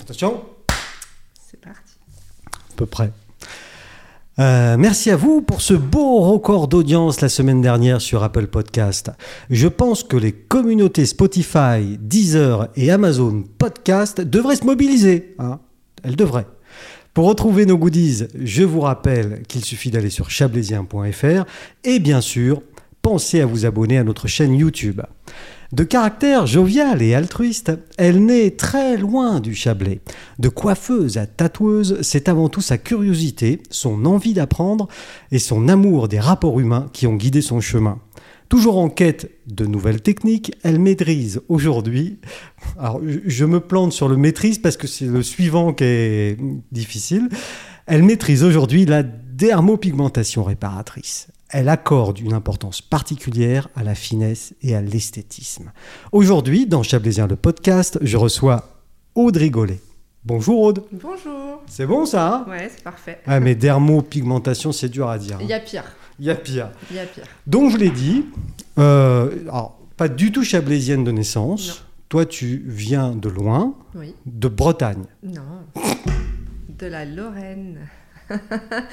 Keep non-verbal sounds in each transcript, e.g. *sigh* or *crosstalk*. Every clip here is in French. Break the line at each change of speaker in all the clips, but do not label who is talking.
Attention,
C'est parti.
à peu près. Euh, merci à vous pour ce beau record d'audience la semaine dernière sur Apple Podcast. Je pense que les communautés Spotify, Deezer et Amazon Podcast devraient se mobiliser. hein. Elles devraient. Pour retrouver nos goodies, je vous rappelle qu'il suffit d'aller sur chablaisien.fr et bien sûr, pensez à vous abonner à notre chaîne YouTube. De caractère jovial et altruiste, elle naît très loin du Chablais. De coiffeuse à tatoueuse, c'est avant tout sa curiosité, son envie d'apprendre et son amour des rapports humains qui ont guidé son chemin. Toujours en quête de nouvelles techniques, elle maîtrise aujourd'hui. Alors, je- je me plante sur le maîtrise parce que c'est le suivant qui est difficile. Elle maîtrise aujourd'hui la dermopigmentation réparatrice. Elle accorde une importance particulière à la finesse et à l'esthétisme. Aujourd'hui, dans Chablaisien le podcast, je reçois Aude Gollet. Bonjour Aude.
Bonjour.
C'est bon ça hein
Ouais, c'est parfait.
Ah mais dermopigmentation, c'est dur à dire.
Il
hein.
y a pire.
Il y a pire.
Il y a pire.
Donc je l'ai dit, euh, alors, pas du tout chablaisienne de naissance.
Non.
Toi, tu viens de loin,
Oui.
de Bretagne.
Non. De la Lorraine.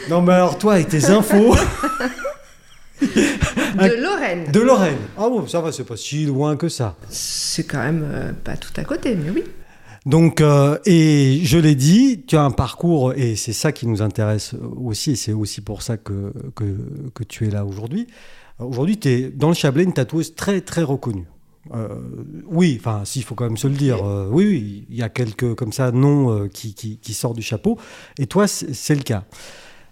Non, mais alors toi et tes infos Ah.
De Lorraine.
de Lorraine. Ah bon, ça va, c'est pas si loin que ça.
C'est quand même euh, pas tout à côté, mais oui.
Donc, euh, et je l'ai dit, tu as un parcours, et c'est ça qui nous intéresse aussi, et c'est aussi pour ça que, que, que tu es là aujourd'hui. Euh, Aujourd'hui, tu es dans le Chablais, une tatoueuse très, très reconnue. Euh, oui, enfin, s'il faut quand même se le dire. euh, oui, oui, il y a quelques comme ça noms euh, qui, qui, qui sortent du chapeau. Et toi, c'est c'est le cas.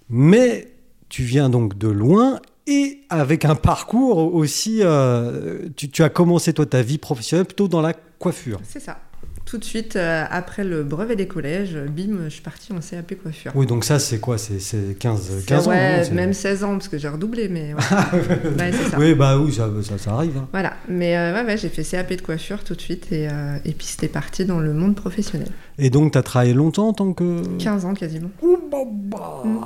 Mais tu viens donc de loin et avec un parcours aussi. euh, tu, tu as commencé, toi, ta vie professionnelle plutôt dans la coiffure.
C'est ça. Tout de suite, euh, après le brevet des collèges, bim, je suis partie en CAP coiffure.
Oui, donc ça, c'est quoi C'est- C'est 15,
C'est-
15 ans non
ouais,
C'est-
même 16 Euh, ans, parce que j'ai redoublé, mais *laughs* ouais. Ouais, c'est ça.
Oui, bah oui, ça, ça, ça arrive. hein.
Voilà, mais euh, ouais, ouais, j'ai fait CAP de coiffure tout de suite et, euh, et puis c'était parti dans le monde professionnel.
Et donc, tu as travaillé longtemps en tant que.
15 ans quasiment.
Ouh, bah, bah.
Mm.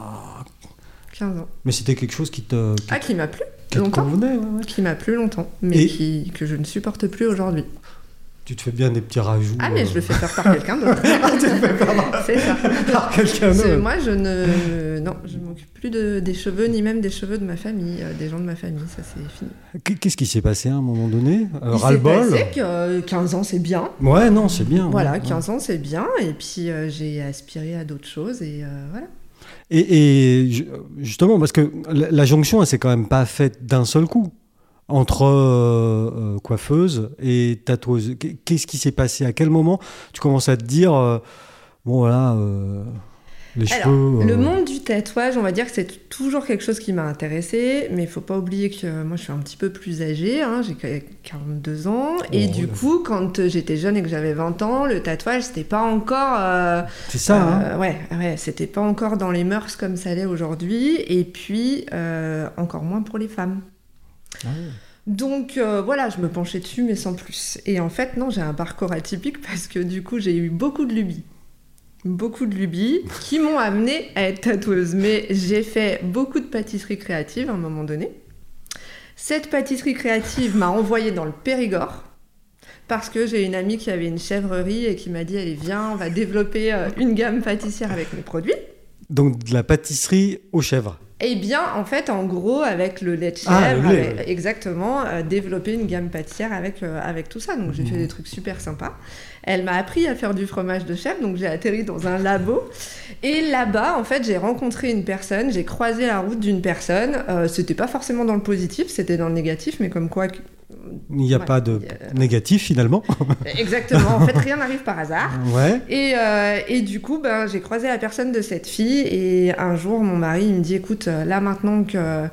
15 ans.
Mais c'était quelque chose qui te, qui,
Ah, qui m'a plu
qui te
longtemps
convenait. ouais, ouais.
qui m'a plu longtemps, mais
Et-
qui, que je ne supporte plus aujourd'hui.
Tu te fais bien des petits rajouts.
Ah, mais
euh,
je le fais faire par quelqu'un
*laughs*
d'autre.
Ah,
*laughs* C'est ça.
par quelqu'un
C'est-
d'autre.
Moi, je ne, non, je m'occupe plus de, des cheveux, ni même des cheveux de ma famille, euh, des gens de ma famille. Ça, c'est fini.
Qu- Qu'est-ce qui s'est passé à un moment donné Euh,
Il s'est
Ras-le-bol
passé que euh, 15 ans, c'est bien.
Ouais, non, c'est bien.
Voilà,
ouais,
15 ans, c'est bien. Et puis, euh, j'ai aspiré à d'autres choses. Et euh, voilà.
ouais. Et, et ju- justement, parce que la, la jonction, elle s'est quand même pas faite d'un seul coup. Entre euh, euh, coiffeuse et tatoueuse. Qu- Qu'est-ce qui s'est passé À quel moment tu commences à te dire euh, bon, voilà, euh, les
Alors,
cheveux.
Le
euh,
monde du tatouage, on va dire que c'est t- toujours quelque chose qui m'a intéressée, mais il faut pas oublier que euh, moi je suis un petit peu plus âgée, hein, j'ai que- 42 ans, et
Oh
du
là.
coup, quand euh, j'étais jeune et que j'avais 20 ans, le tatouage c'était pas encore. euh,
C'est ça, hein
euh, ouais, ouais, c'était pas encore dans les mœurs comme ça l'est aujourd'hui, et puis euh, encore moins pour les femmes.
Ah
Donc euh, voilà, je me penchais dessus, mais sans plus. Et en fait, non, j'ai un parcours atypique *laughs* parce que du coup, j'ai eu beaucoup de lubies. Beaucoup de lubies qui m'ont amené à être tatoueuse. Mais j'ai fait beaucoup de pâtisserie créative à un moment donné. Cette pâtisserie créative m'a envoyée dans le Périgord parce que j'ai une amie qui avait une chèvrerie et qui m'a dit Allez, viens, on va développer euh, une gamme pâtissière avec mes produits.
Donc de la pâtisserie aux chèvres.
Eh bien, en fait, en gros, avec le lait de chèvre,
Ah, le lait,
avec- exactement, euh, développer une gamme pâtissière avec, euh, avec tout ça. Donc, j'ai
Mhm.
fait des trucs super sympas. Elle m'a appris à faire du fromage de chèvre, donc j'ai atterri dans un labo. Et là-bas, en fait, j'ai rencontré une personne, j'ai croisé la route d'une personne. Euh, c'était pas forcément dans le positif, c'était dans le négatif, mais
*laughs*
comme quoi. que-
Il n'y a
Ouais,
pas de
il y euh,
négatif
*laughs*
finalement.
Exactement, en fait, rien n'arrive par hasard.
ouais.
Et, euh, et du coup, ben, j'ai croisé la personne de cette fille. Et un jour, mon mari il me dit écoute, euh, là maintenant que.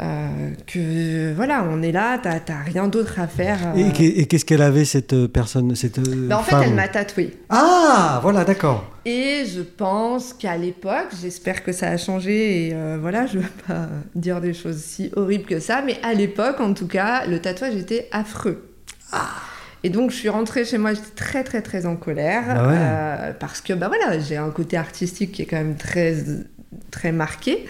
euh, que voilà, on est là, t'as t'as rien d'autre à faire. euh.
Et, qu'est- et qu'est-ce qu'elle avait cette euh, personne, cette euh,
Ben, en fait,
femme
elle m'a tatouée.
Ah, voilà, d'accord.
Et je pense qu'à l'époque, j'espère que ça a changé. Et euh, voilà, je veux pas dire des choses si horribles que ça, mais à l'époque, en tout cas, le tatouage était affreux.
Ah.
Et donc, je suis rentrée chez moi, j'étais très, très, très en colère.
Ah ouais.
bah euh, parce que, bah voilà, j'ai un côté artistique qui est quand même très, très marqué.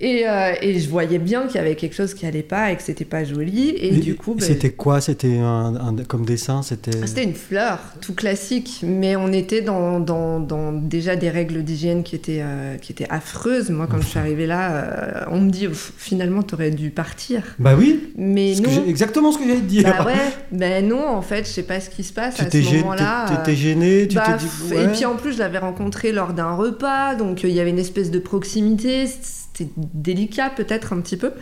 Et, euh, et je voyais bien qu'il y avait quelque chose qui allait pas et que c'était pas joli. Et
Mais
du coup, ben,
C'était quoi C'était un, un- comme dessin C'était.
Ah, c'était une fleur, tout classique, mais on était dans, dans- dans déjà des règles d'hygiène qui, étaient, euh, qui étaient affreuses. Moi, quand je suis arrivée là, euh, on me dit Pff, finalement, t'aurais dû partir.
Bah oui.
Mais
ce que
non.
j'ai- exactement ce que j'allais te dire.
Bah ouais, ben non, en fait, je sais pas ce qui se passe
*laughs* tu
à ce
t'es gêné,
moment-là.
t'es-
euh,
t'étais gêné, tu
bah,
t'es dit.
pff,
ouais.
Et puis en plus, je l'avais rencontré lors d'un repas, donc euh, il y avait une espèce de proximité, c'était délicat peut-être un petit peu.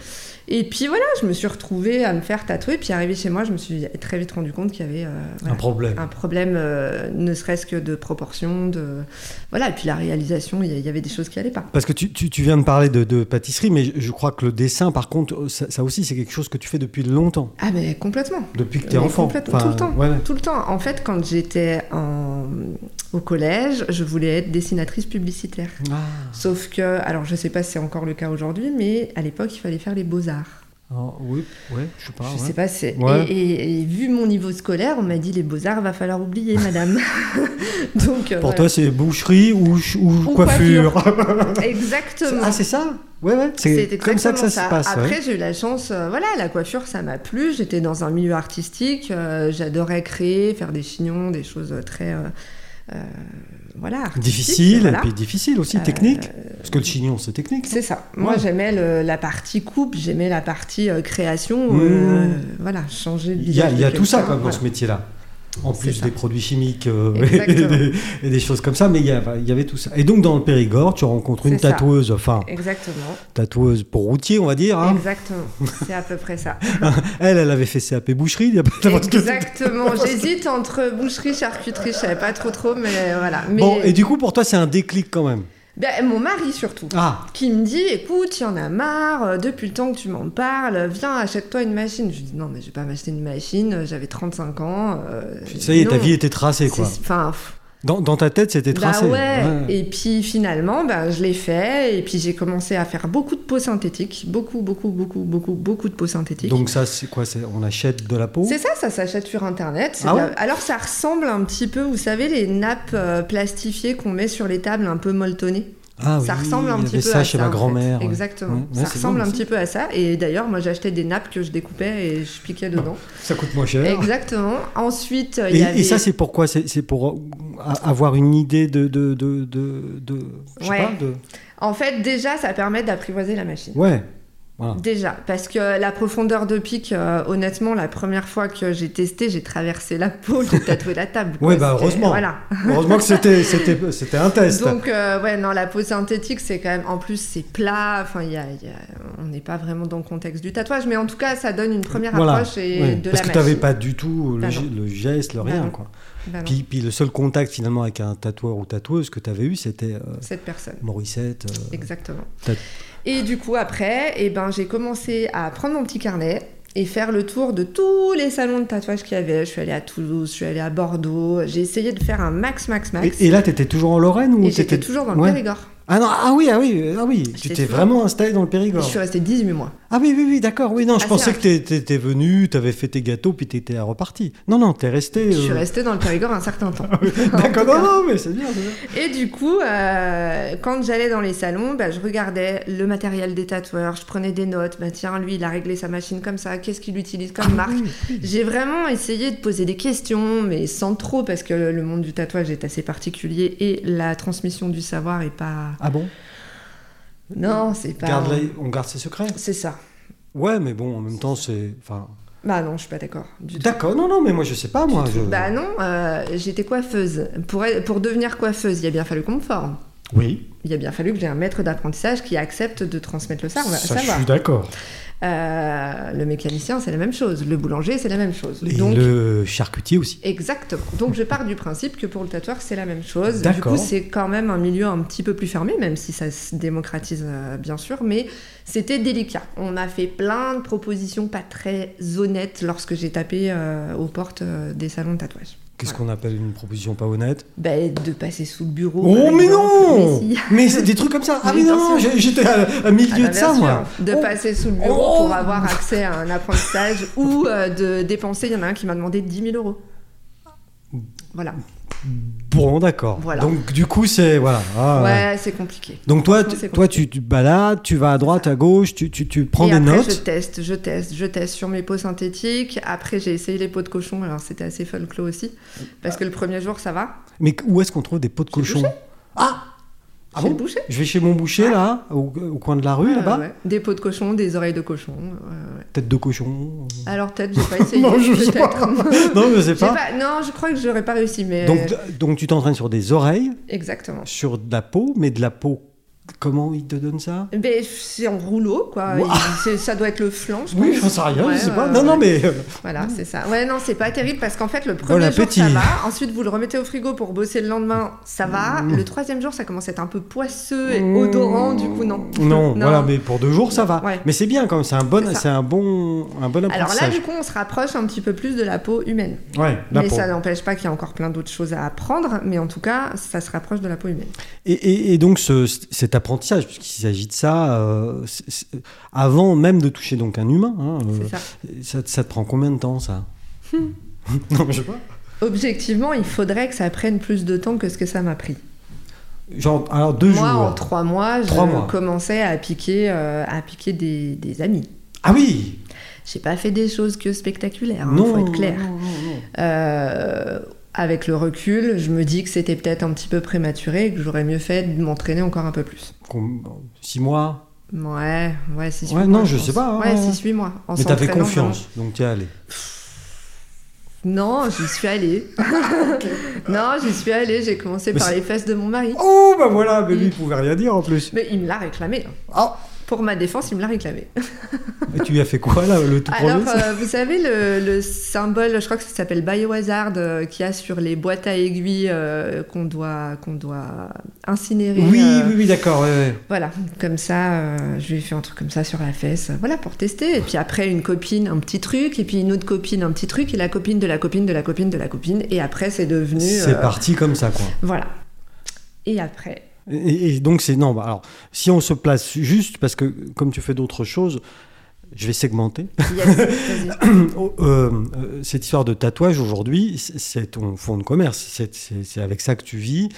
Et puis voilà, je me suis retrouvée à me faire tatouer, puis arrivée chez moi, je me suis eh, très vite rendu compte qu'il y avait euh, voilà,
Un problème.
un problème, euh, ne serait-ce que de proportion, de voilà. Et puis la réalisation, il y- il y avait des choses qui allaient pas.
Parce que tu, tu- tu viens de parler de, de pâtisserie, mais je, je crois que le dessin, par contre, euh, ça, ça aussi, c'est quelque chose que tu fais depuis longtemps,
Ah mais complètement.
depuis que t'es
Mais
enfant.
complètement, tout le temps.
ouais, ouais.
Tout le temps. En fait, quand j'étais en- au collège, je voulais être dessinatrice publicitaire.
Ah,
Sauf que, alors je sais pas si c'est encore le cas aujourd'hui, mais à l'époque, il fallait faire les beaux-arts.
oh, oui, ouais, je sais pas.
je
Ah ouais.
sais pas, c'est.
Ouais.
Et, et- et vu mon niveau scolaire, on m'a dit les beaux-arts, va falloir oublier, madame. *laughs* Donc. euh,
Pour toi, c'est boucherie ou, ch- ou
Ou
coiffure. *laughs*
voilà. Exactement.
ah, c'est ça Ouais, ouais. C'est
C'est
comme ça que ça,
exactement
se passe.
Après,
ouais.
j'ai eu la chance, euh, voilà, la coiffure, ça m'a plu. J'étais dans un milieu artistique, euh, j'adorais créer, faire des chignons, des choses très, euh, euh, voilà, artistiques,
Difficile,
voilà. Euh,
et puis difficile aussi, technique. Parce que le chignon, c'est technique.
C'est ça. Moi,
Ouais.
j'aimais le- la partie coupe, j'aimais la partie euh, création.
Mmh.
euh, voilà, changer. le
Il y a,
visage
il y a
de
tout ça
quelqu'un,
quand même dans
voilà.
ce métier-là. En
C'est
plus
ça.
des produits chimiques euh, et,
Exactement.
des, et des choses comme ça, mais il y, avait, il y avait tout ça. Et donc dans le Périgord, tu rencontres une
C'est ça.
tatoueuse, enfin
Exactement.
tatoueuse pour routier, on va dire. hein.
Exactement. C'est à peu
*laughs*
près ça.
Elle, elle avait fait CAP boucherie. Il y a pas parce que-
Exactement. J'hésite entre boucherie, charcuterie, je savais pas trop trop, mais voilà. Mais
Bon, et du coup pour toi c'est un déclic quand même.
ben, mon mari surtout.
Ah,
qui me dit écoute, il y en a marre, euh, depuis le temps que tu m'en parles, viens, achète-toi une machine. Je lui dis non, mais je vais pas m'acheter une machine, euh, j'avais 35 ans. euh,
ça y est, ta
non.
vie était tracée quoi.
C'est- Enfin, pff,
Dans, dans ta tête c'était
bah
tracé.
ouais.
Ouais.
Et puis finalement, ben, je l'ai fait, et puis j'ai commencé à faire beaucoup de peaux synthétiques, beaucoup, beaucoup, beaucoup, beaucoup, beaucoup de peaux synthétiques.
Donc ça c'est quoi c'est- On achète de la peau.
C'est ça, ça s'achète sur internet. C'est
Ah
de la-
ouais
Alors ça ressemble un petit peu, vous savez, les nappes euh, plastifiées qu'on met sur les tables un peu molletonnées.
Ah
ça
oui,
ressemble un
il y
petit
avait
peu
ça
à
chez
ça.
ma
en fait.
grand-mère. ouais.
Exactement.
Ouais, ouais,
ça
c'est
ressemble
bon,
un
ça.
petit peu à ça. Et d'ailleurs, moi j'achetais des nappes que je découpais et je piquais dedans.
Ça coûte moins cher.
Exactement. Ensuite, il
Et,
y
et
avait.
ça, c'est pourquoi C'est c'est pour euh, a- avoir une idée de. de, de, de, de- je sais
Ouais.
pas, de-
En fait, déjà, ça permet d'apprivoiser la machine.
Ouais. Voilà.
Déjà, parce que la profondeur de pic, euh, honnêtement, la première fois que j'ai testé, j'ai traversé la peau,
*laughs*
j'ai tatoué la table. quoi.
Ouais, bah,
C'était-
heureusement. *laughs*
Voilà.
Heureusement que c'était- c'était c'était un test.
Donc, euh, ouais, non, la peau synthétique, c'est quand même. En plus, c'est plat. Enfin, il y a- il y a- on n'est pas vraiment dans le contexte du tatouage, mais en tout cas, ça donne une première
Voilà.
approche et
Ouais.
de
Parce
la
que tu n'avais
machine.
pas du tout le,
Bah
ge-
non.
le geste, le
Bah
rien.
non.
quoi.
Bah non,
Puis, puis le seul contact finalement avec un tatoueur ou tatoueuse que tu avais eu, c'était euh,
cette personne.
Morissette. euh,
Exactement.
T'as-
Et du coup, après, eh ben, j'ai commencé à prendre mon petit carnet et faire le tour de tous les salons de tatouage qu'il y avait. Je suis allée à Toulouse, je suis allée à Bordeaux. J'ai essayé de faire un max, max, max.
Et, et là, tu étais toujours en Lorraine ou
Et j'étais
t'étais-
toujours dans le
Ouais.
Périgord.
Ah non, ah oui, ah oui, ah oui. Tu
J'étais
t'es
toujours-
vraiment installé dans le Périgord.
Je suis Ah, restée 18 mois.
Ah oui, oui, oui, d'accord. Oui, non, je
Assez
pensais que
rapide.
t'é- t'é- t'étais venu, t'avais fait tes gâteaux, puis t'étais reparti. Non, non, t'es resté.
Je suis
euh, Ah
restée dans le Périgord un
*laughs*
certain temps.
D'accord,
*laughs* En tout
non,
cas.
non, mais c'est bien, c'est bien.
Et du coup, euh, quand j'allais dans les salons, bah, je regardais le matériel des tatoueurs, je prenais des notes. Bah, tiens, lui, il a réglé sa machine comme ça, qu'est-ce qu'il utilise comme marque J'ai vraiment essayé de poser des questions, mais sans trop, parce que le le monde du tatouage est assez particulier et la transmission du savoir est pas.
Ah bon
Non, c'est pas.
Garde la- On garde ses secrets
C'est ça.
Ouais, mais bon, en même temps, c'est. Enfin...
Bah non, je suis pas d'accord. Du tout.
D'accord, non, non, mais moi, je sais pas, moi. Je...
Bah non, euh, j'étais coiffeuse. Pour, être- pour devenir coiffeuse, il a bien fallu qu'on me forme.
Oui,
Il a bien fallu que j'ai un maître d'apprentissage qui accepte de transmettre le savoir. savoir.
d'accord.
Euh, le mécanicien, c'est la même chose. Le boulanger, c'est la même chose.
Et
Donc,
le charcutier aussi.
Exactement. Donc je pars du principe que pour le tatoueur, c'est la même chose. Du
D'accord.
coup, c'est quand même un milieu un petit peu plus fermé, même si ça se démocratise euh, bien sûr, mais c'était délicat. On m'a fait plein de propositions pas très honnêtes lorsque j'ai tapé euh, aux portes euh, des salons de tatouage.
Qu'est-ce qu'on appelle une proposition pas honnête
Ben, de passer sous le bureau.
Oh,
par
mais
exemple.
non
Mais si.
Mais c'est des trucs comme ça. Ah,
Oui,
mais non,
bien
non,
sûr.
j'ai- j'étais à, à milieu
Ah bah,
de ça,
bien
moi.
sûr. De
Oh.
passer sous le bureau
Oh.
pour avoir accès à un apprentissage ou euh, de dépenser. Il y en a un qui m'a demandé 10 000 euros. Voilà.
Bon, d'accord.
Voilà.
Donc, du coup, c'est. Voilà. Ah, ouais.
Ouais, c'est compliqué.
Donc, toi,
Franchement,
tu-
c'est
toi tu te balades, tu vas à droite, à gauche, tu, tu, tu prends
et
des
après,
notes.
je teste, je teste, je teste sur mes peaux synthétiques. Après, j'ai essayé les peaux de cochon. Alors, c'était assez folklore aussi. Parce que le premier jour, ça va.
Mais où est-ce qu'on trouve des pots de
Chez le
cochon Ah Ah bon Ah
Chez
bah.
le boucher.
Je vais chez mon boucher, là, au, au coin de la rue,
Ouais,
là-bas.
Euh, ouais. Des peaux de cochon, des oreilles de cochon. ouais, ouais.
Tête de
*laughs*
cochon.
Alors, peut-être,
*laughs*
j'ai pas essayé.
Non, je sais
peut-être.
pas. non, je sais
*laughs* J'ai
pas.
pas- Euh, Non, je crois que j'aurais pas réussi. Mais...
Donc, donc, tu t'entraînes sur des oreilles,
Exactement.
sur de la peau, mais de la peau. Comment ils te donnent ça
Ben, c'est en rouleau, quoi.
Ouah.
Il- c'est- ça doit être le flanc, je
Oui,
pense.
j'en sais rien,
Ouais,
je sais pas.
ouais,
non,
ouais.
non, mais.
Voilà, c'est ça. Ouais, non, c'est pas terrible parce qu'en fait, le
Ah. Bon
premier jour,
appétit.
ça va. Ensuite, vous le remettez au frigo pour bosser le lendemain, ça va.
Mmh.
Le troisième jour, ça commence à être un peu poisseux et Euh, odorant, du coup, non.
Non, voilà, mais pour deux jours, ça va.
Ouais.
Mais c'est bien quand même, c'est un bon,
C'est ça.
c'est un bon, un bon
Alors là,
apprentissage.
du coup, on se rapproche un petit peu plus de la peau humaine.
ouais, la
mais
peau.
ça n'empêche pas qu'il y a encore plein d'autres choses à apprendre, mais en tout cas, ça se rapproche de la peau humaine.
Et, et- et donc ce- cet apprentissage, puisqu'il s'agit de ça, euh, c'est- c'est- avant même de toucher donc un humain, hein, euh,
C'est ça.
ça, te- ça te prend combien de temps ça
Hmm.
*laughs* Non, mais je sais pas.
Objectivement, il faudrait que ça prenne plus de temps que ce que ça m'a pris.
Genre, alors deux
Moi,
jours.
en trois mois, je
Trois mois.
commençais à appliquer, euh, à appliquer des, des amis.
Ah oui
J'ai pas fait des choses que spectaculaires, il
Non,
Ah, faut être clair.
non, non, non.
Euh, avec le recul, je me dis que c'était peut-être un petit peu prématuré et que j'aurais mieux fait de m'entraîner encore un peu plus.
Com- Six mois
Ouais, ouais, 6
Ouais, non, je sais pas, hein,
ouais,
ouais.
6-8 mois. en
Mais t'avais
s'entraînant,
confiance, donc t'y es allé.
vraiment. Non, j'y
*laughs*
suis allée. *laughs* non, j'y suis allée, j'ai commencé
Mais
par
c'est-
les fesses de mon mari.
Oh bah voilà, mais
Mm.
lui il pouvait rien dire en
*laughs*
plus.
Mais il me l'a réclamé. hein.
Ah
Pour ma défense, il me l'a réclamé.
Et tu lui as fait quoi là, le tout
Alors,
premier
euh, vous savez, le, le symbole, je crois que ça s'appelle Biohazard, euh, qu'il y a sur les boîtes à aiguilles euh, qu'on doit, qu'on doit incinérer.
Oui,
euh,
oui, oui, d'accord. ouais, ouais.
Voilà, comme ça, euh, je lui ai fait un truc comme ça sur la fesse, voilà, pour tester. Et puis après, une copine, un petit truc, et puis une autre copine, un petit truc, et la copine de la copine de la copine de la copine, et après, c'est devenu.
C'est
euh,
parti comme ça, quoi.
Voilà. Et
*laughs*
après.
Et, et donc, c'est. Non, bah, alors, si on se place juste, parce que comme tu fais d'autres choses, je vais segmenter.
Yes, vas-y.
Oh, euh, euh, cette histoire de tatouage aujourd'hui, c'est- c'est ton fonds de commerce. C'est- C'est c'est avec ça que tu vis.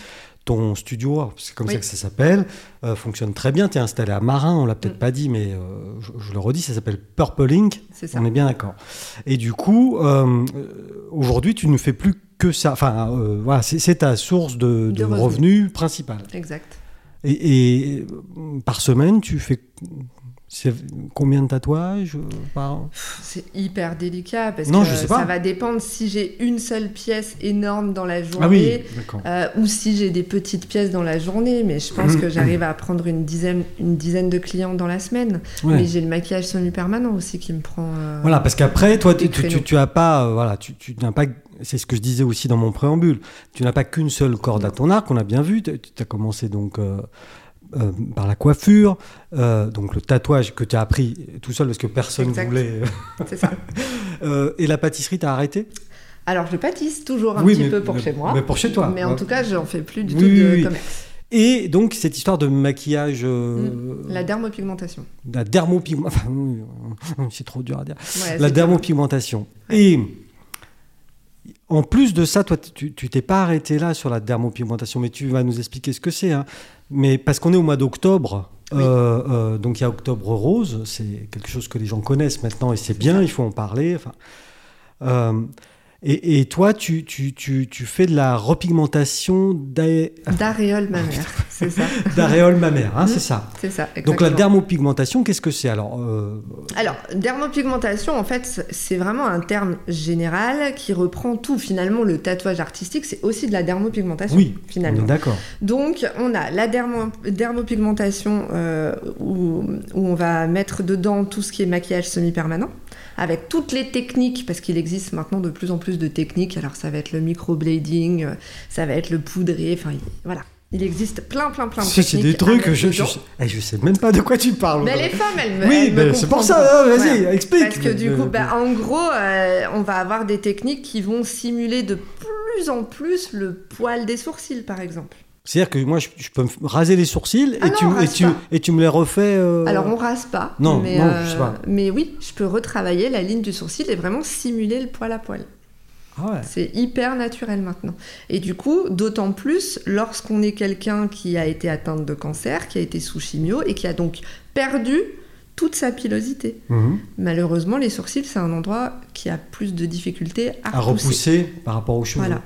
Ton studio, alors, c'est comme
Oui.
ça que ça s'appelle, euh, fonctionne très bien. Tu es installé à Marin, on l'a peut-être
Mm.
pas dit, mais euh, je, je le redis, ça s'appelle Purple Ink.
c'est ça.
On est bien d'accord. Et du coup, euh, euh, aujourd'hui, tu ne fais plus que ça. Enfin, euh, voilà, c'est c'est ta source de,
De
de
revenus.
revenus principale.
Exact.
Et, et, euh, par semaine, tu fais c'est combien de tatouages euh, par an
C'est hyper délicat parce
Non,
que
je sais pas.
ça va dépendre si j'ai une seule pièce énorme dans la journée.
Ah oui, d'accord.
Euh, ou si j'ai des petites pièces dans la journée, mais je
Mmh.
pense que j'arrive à prendre une dizaine, une dizaine de clients dans la semaine.
Ouais.
Mais j'ai le maquillage semi-permanent aussi qui me prend. euh,
Voilà, parce qu'après, toi, tu,
Des
tu, tu-
créneaux.
tu as pas, euh, voilà, tu, tu n'as pas, c'est ce que je disais aussi dans mon préambule, tu n'as pas qu'une seule corde à ton arc, on a bien vu, tu tu as commencé donc euh, euh, par la coiffure, euh, donc le tatouage que tu as appris tout seul parce que personne ne
Exact.
voulait,
C'est ça.
Euh, et la pâtisserie, tu as arrêté
Alors je pâtisse toujours un
Oui,
petit
mais-
peu pour
mais-
chez moi.
mais pour chez toi,
Mais
ouais.
en tout cas, j'en fais plus du
Oui,
tout de
oui, oui.
commerce.
Et donc cette histoire de maquillage, euh,
Mm. La dermopigmentation.
la dermopigmentation, *laughs* enfin, oui, euh, *laughs* c'est trop dur à dire,
Ouais,
la
Ah, c'est-
dermopigmentation. Et en plus de ça, toi, tu tu t'es pas arrêté là sur la dermopigmentation, mais tu vas nous expliquer ce que c'est. hein. Mais parce qu'on est au mois d'octobre,
Oui.
euh, euh, donc il y a Octobre Rose, c'est quelque chose que les gens connaissent maintenant et c'est bien, il faut en parler. enfin. Euh, et, et toi, tu, tu- tu- tu fais de la repigmentation d'aré-
D'aréole
Ah,
mammaire. c'est ça.
d'aréole mammaire,
*laughs*
hein, c'est ça.
C'est ça.
Donc la
exactement.
dermopigmentation, qu'est-ce que c'est alors euh,
Alors, dermopigmentation, en fait, c'est vraiment un terme général qui reprend tout. Finalement, le tatouage artistique, c'est aussi de la dermopigmentation.
Oui, on
finalement.
est d'accord.
Donc, on a la dermo- dermopigmentation euh, où, où on va mettre dedans tout ce qui est maquillage semi-permanent, avec toutes les techniques, parce qu'il existe maintenant de plus en plus de techniques. Alors, ça va être le microblading, euh, ça va être le poudré, enfin, il- voilà. Il existe plein, plein, plein de
C'est
techniques.
c'est des
à
trucs,
mettre
je, je,
dedans.
eh, je sais même pas de quoi tu parles.
Mais les femmes, elles me.
Oui,
elles me
mais c'est pour
comprendront.
ça, hein, vas-y,
Voilà.
explique.
Parce que du
Euh,
coup, bah, en gros, euh, on va avoir des techniques qui vont simuler de plus en plus le poil des sourcils, par exemple.
C'est-à-dire que moi, je, je peux me raser les sourcils et,
Ah
tu,
non,
et,
rase
tu,
pas.
et tu me les refais. euh,
Alors on rase pas.
Non,
mais,
non, je sais pas.
mais oui, je peux retravailler la ligne du sourcil et vraiment simuler le poil à poil.
Ah ouais.
C'est hyper naturel maintenant. Et du coup, d'autant plus lorsqu'on est quelqu'un qui a été atteinte de cancer, qui a été sous chimio et qui a donc perdu toute sa pilosité.
Mhm.
Malheureusement, les sourcils, c'est un endroit qui a plus de difficultés à,
À repousser par rapport aux cheveux.
Voilà.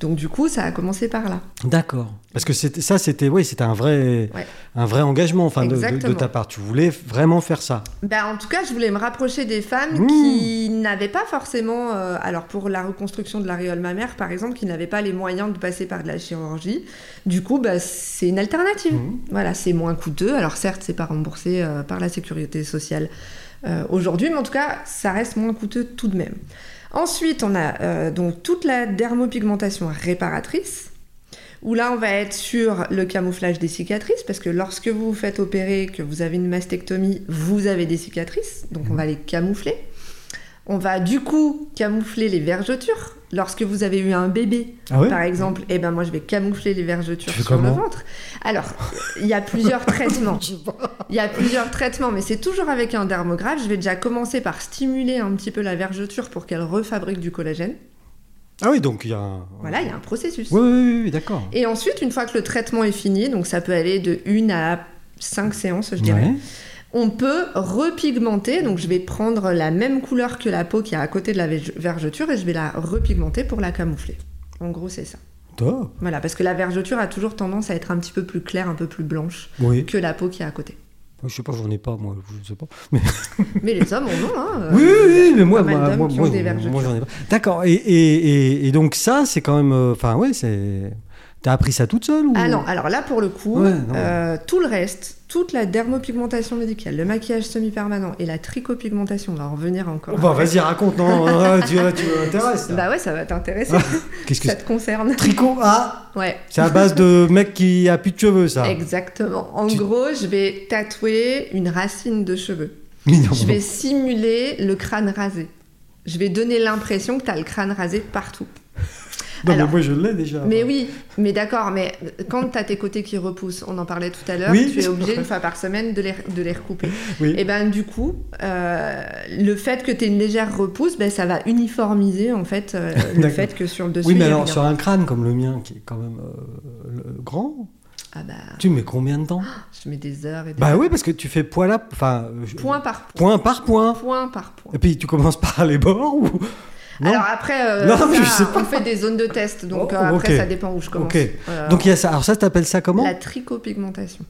Donc du coup, ça a commencé par là.
D'accord. Parce que c'était- ça, c'était oui, c'était un vrai,
Ouais.
un vrai engagement enfin, de- de- de,
Exactement.
ta part. Tu voulais vraiment faire ça.
Ben, en tout cas, je voulais me rapprocher des femmes
Mmh.
qui n'avaient pas forcément, euh, alors pour la reconstruction de l'aréole mammaire par exemple, qui n'avaient pas les moyens de passer par de la chirurgie. Du coup, ben, c'est une alternative.
Mmh.
Voilà, c'est moins coûteux. Alors certes, c'est pas remboursé euh, par la sécurité sociale euh, aujourd'hui, mais en tout cas, ça reste moins coûteux tout de même. Ensuite, on a euh, donc toute la dermopigmentation réparatrice, où là, on va être sur le camouflage des cicatrices, parce que lorsque vous vous faites opérer, que vous avez une mastectomie, vous avez des cicatrices, donc on va les camoufler. On va du coup camoufler les vergetures. Lorsque vous avez eu un bébé,
Ah oui
par exemple, eh ben moi je vais camoufler les vergetures
Tu fais
sur le
comment
ventre. Alors, il y
*laughs*
a plusieurs traitements. Il y a plusieurs traitements, mais c'est toujours avec un dermographe. Je vais déjà commencer par stimuler un petit peu la vergeture pour qu'elle refabrique du collagène.
Ah oui, donc il y a un...
Voilà, il y a un processus.
Oui, oui, oui, oui, d'accord.
Et ensuite, une fois que le traitement est fini, donc ça peut aller de une à cinq séances, je dirais,
Ouais.
on peut repigmenter. Donc je vais prendre la même couleur que la peau qui est à côté de la verge- vergeture et je vais la repigmenter pour la camoufler. En gros, c'est ça.
Top.
Voilà, parce que la vergeture a toujours tendance à être un petit peu plus claire, un peu plus blanche
Oui.
que la peau qui est à côté.
Je sais pas, j'en ai pas, moi, je ne sais pas. Mais...
Mais les hommes en ont, hein.
oui, oui, oui, mais moi,
mal
moi,
d'hommes
moi,
qui ont
moi,
des
moi,
vergetures.
moi, j'en ai pas. D'accord. Et, et, et, et donc ça, c'est quand même... euh, Enfin, ouais, c'est... T'as appris ça toute seule ou...
Ah non, alors là pour le coup,
Ouais, non.
euh, tout le reste, toute la dermopigmentation médicale, le maquillage semi-permanent et la tricopigmentation, on va en revenir encore.
Oh, bah, vas-y, raconte, non euh, Tu, tu m'intéresses, là.
Bah ouais, ça va t'intéresser,
Ah, Qu'est-ce que
ça
c'est
te concerne.
Tricot Ah
Ouais.
C'est à base de mec qui a plus de cheveux, ça. *laughs*
Exactement. En
Ah. Tu-
gros, je vais tatouer une racine de cheveux.
Mais non.
Je vais simuler le crâne rasé. Je vais donner l'impression que t'as le crâne rasé de partout.
Non,
Alors-
mais moi, je l'ai déjà.
Mais oui, mais d'accord, mais quand t'as tes côtés qui repoussent, on en parlait tout à l'heure,
Oui,
tu es
c'est
obligé
vrai.
une fois par semaine de les, de les recouper.
Oui.
Et ben du coup, euh, le fait que tu aies une légère repousse, ben, ça va uniformiser en
*laughs*
fait euh, le
D'accord.
fait que sur le dessus.
Oui, mais
il y a
alors,
rien.
sur un crâne comme le mien, qui est quand même euh, le- grand,
Ah bah,
tu mets combien de temps
je mets des heures et des
Bah
heures.
oui, parce que tu fais poil à... Enfin, euh, je-
Point par
point
point.
par point.
Point par point.
Et puis, tu commences *laughs* par les bords ou... Non
Alors après, euh,
Non, mais
ça,
je sais pas.
on fait des zones de test, donc
Oh,
euh, après
ok.
ça dépend où je commence.
Ok.
Euh,
Donc, il y a ça. Alors, ça, t'appelles ça comment
La tricopigmentation.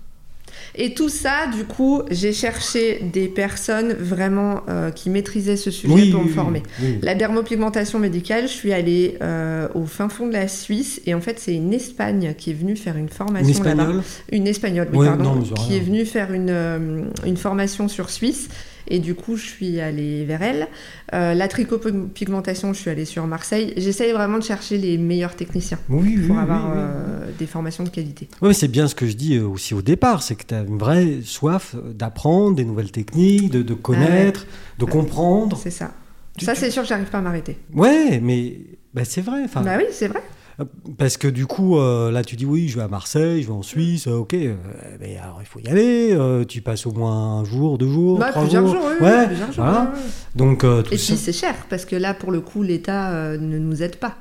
Et tout ça, du coup, j'ai cherché des personnes vraiment euh, qui maîtrisaient ce sujet pour me former.
oui.
La dermopigmentation médicale, je suis allée euh, au fin fond de la Suisse et en fait, c'est une Espagne qui est venue faire une
Une
formation là-bas.
espagnole
Une Espagnole, oui,
Ouais,
pardon,
non, mais c'est
qui
rien.
est venue faire une, euh, une formation sur Suisse. Et du coup, je suis allée vers elle. Euh, la tricopigmentation, je suis allée sur Marseille. J'essaye vraiment de chercher les meilleurs techniciens
Oui, oui,
pour
oui,
avoir
oui.
euh, des formations de qualité.
Oui, mais c'est bien ce que je dis euh, aussi au départ, c'est que tu as une vraie soif euh, d'apprendre des nouvelles techniques, de,
Ah
de connaître, de comprendre.
C'est ça.
Tu-
ça,
tu-
c'est sûr, j'arrive pas à m'arrêter.
Ouais, mais bah, c'est vrai. enfin,
Bah oui, c'est vrai.
euh, Parce que du coup, euh, là, tu dis oui, je vais à Marseille, je vais en Suisse, euh, ok, euh, mais alors il faut y aller, euh, tu passes au moins un jour, deux jours,
Bah,
trois
plusieurs
jours.
jours, oui, oui,
ouais,
plusieurs jours.
voilà.
oui, oui.
Donc, euh, tout
Et
ça,
puis c'est cher parce que là, pour le coup, l'État euh, ne nous aide pas.